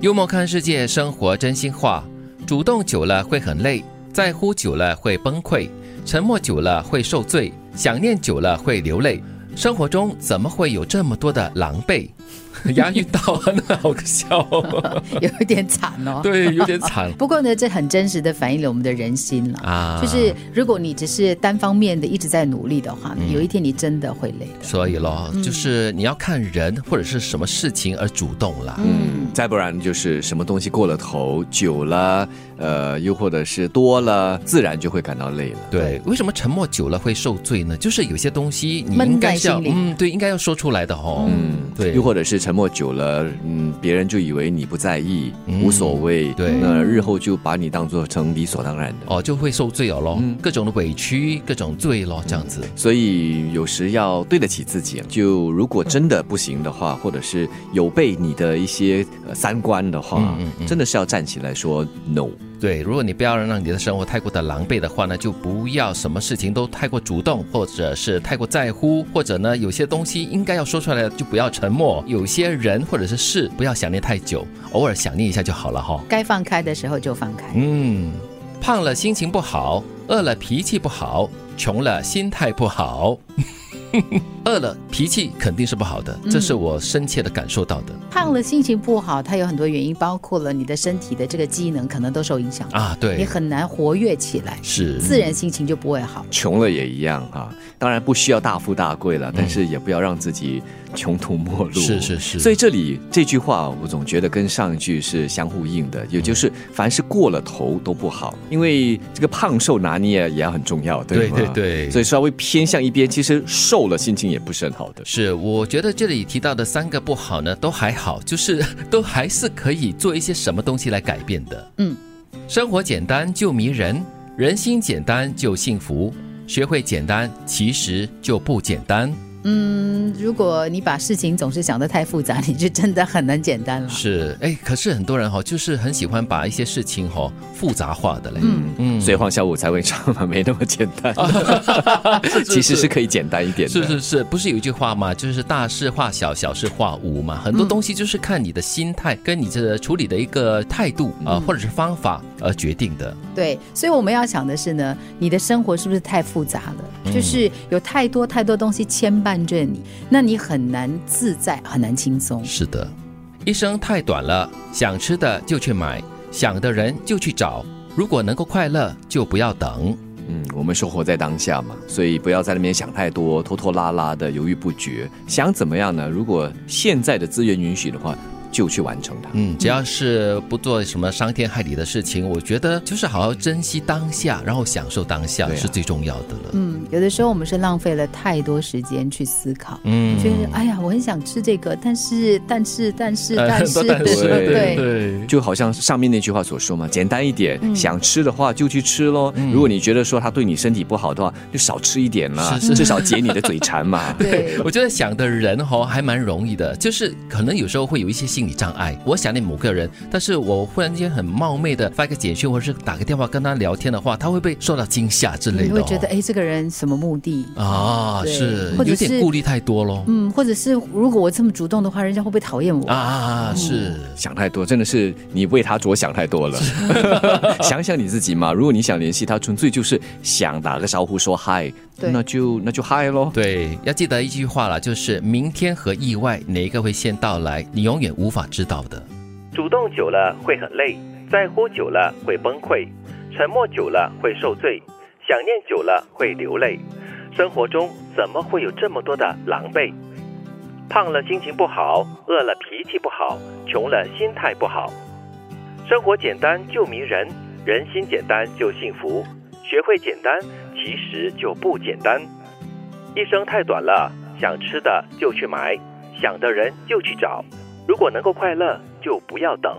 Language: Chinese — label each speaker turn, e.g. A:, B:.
A: 幽默看世界，生活真心话。主动久了会很累，在乎久了会崩溃，沉默久了会受罪，想念久了会流泪。生活中怎么会有这么多的狼狈？ 押韵到很好笑、哦，
B: 有一点惨哦。
A: 对，有点惨。
B: 不过呢，这很真实的反映了我们的人心了。
A: 啊，
B: 就是如果你只是单方面的一直在努力的话，
A: 嗯
B: 有一天你真的会累的。
A: 所以咯，
B: 嗯
A: 就是你要看人或者是什么事情而主动啦。
B: 嗯，
C: 再不然就是什么东西过了头，久了，呃，又或者是多了，自然就会感到累了。
A: 对，为什么沉默久了会受罪呢？就是有些东西你
B: 闷
A: 应该
B: 在
A: 是要，
B: 心里
A: 嗯，对，应该要说出来的哦。
C: 嗯，
A: 对
C: 又或者是沉默久了，嗯，别人就以为你不在意，
A: 嗯
C: 无所谓，
A: 对
C: 那日后就把你当做成理所当然的。
A: 哦，就会受罪了咯，
B: 嗯
A: 各种的委屈，各种罪咯，这样子。
C: 所以有时要对得起自己。啊就如果真的不行的话，
A: 嗯
C: 或者是有悖你的一些呃三观的话，
A: 嗯嗯嗯
C: 真的是要站起来说 no。
A: 对，如果你不要让你的生活太过的狼狈的话呢，就不要什么事情都太过主动，或者是太过在乎，或者呢，有些东西应该要说出来的就不要沉默，有些人或者是事不要想念太久，偶尔想念一下就好了哈、
B: 该放开的时候就放开。
A: 嗯，胖了心情不好，饿了脾气不好，穷了心态不好。 饿了脾气肯定是不好的，这是
B: 嗯
A: 我深切的感受到的、
B: 胖了心情不好，它有很多原因，包括了你的身体的这个机能可能都受影响，
A: 啊。
B: 你
A: 对，
B: 很难活跃起来，
A: 是
B: 自然心情就不会好。
C: 穷了也一样啊，当然不需要大富大贵了，但是也不要让自己穷途末路。
A: 嗯是是是
C: 所以这里这句话，我总觉得跟上一句是相呼应的，也
A: 嗯
C: 就是凡是过了头都不好，因为这个胖瘦拿捏也很重要，对吗？
A: 对对对
C: 所以稍微偏向一边，其实瘦了心情也不是很好的。
A: 是，我觉得这里提到的三个不好呢，都还好，就是 都还是可以做一些什么东西来改变的。
B: 嗯，
A: 生活简单就迷人，人心简单就幸福。学会简单，其实就不简单。
B: 嗯，如果你把事情总是想得太复杂，你就真的很难简单了。
A: 是，哎，可是很多人哈、哦，就是很喜欢把一些事情哈、哦、复杂化的嘞。
B: 嗯
A: 嗯啊
C: 所以黄小五才会唱嘛，没那么简单，其实 是可以简单一点的。
A: 是是是，不是有一句话嘛，就是大事化小，小事化无嘛。很多东西就是看你的心态跟你这处理的一个态度啊、
C: 嗯
A: 呃或者是方法而决定的。
B: 对，所以我们要想的是呢，你的生活是不是太复杂了？就是有太多太多东西牵绊着你，那你很难自在，很难轻松。
A: 是的，一生太短了，想吃的就去买，想的人就去找。如果能够快乐，就不要等。
C: 嗯，我们生活在当下嘛，所以不要在那边想太多，拖拖拉拉的，犹豫不决。想怎么样呢？如果现在的资源允许的话，就去完成它。
A: 嗯，只要是不做什么伤天害理的事情，我觉得就是好好珍惜当下，然后享受当下
C: 对啊
A: 是最重要的了。
B: 嗯，有的时候我们是浪费了太多时间去思考。
A: 嗯
B: 就是哎呀，我很想吃这个，但是但是但是但是，
C: 对
A: 呃
C: 对
A: 对，
C: 就好像上面那句话所说嘛，简单一点，
A: 嗯
C: 想吃的话就去吃喽。如果你觉得说它对你身体不好的话，就少吃一点啦，
A: 是是
C: 至少解你的嘴馋嘛。
B: 对
A: 我觉得想的人哦还蛮容易的，就是可能有时候会有一些心理障碍。我想念某个人，但是我忽然间很冒昧的发个简讯或者是打个电话跟他聊天的话，他会被受到惊吓之类
B: 你
A: 的、哦。
B: 会觉得哎，这个人什么目的？
A: 啊，
B: 对
A: 是
B: 或者
A: 有
B: 是
A: 点顾虑太多咯。
B: 嗯，或者是如果我这么主动的话，人家会不会讨厌我？
A: 啊，
B: 哦
A: 是
C: 想太多，真的是你为他着想太多了。 想想你自己嘛，如果你想联系他，纯粹就是想打个招呼说嗨，
B: 对
C: 那就那就嗨喽。
A: 对，要记得一句话啦，就是明天和意外哪一个会先到来，你永远无法知道的。
D: 主动久了会很累，在乎久了会崩溃，沉默久了会受罪，想念久了会流泪。生活中怎么会有这么多的狼狈？胖了心情不好，饿了脾气不好，穷了心态不好。生活简单就迷人，人心简单就幸福。学会简单，其实就不简单。一生太短了，想吃的就去买，想的人就去找。如果能够快乐，就不要等。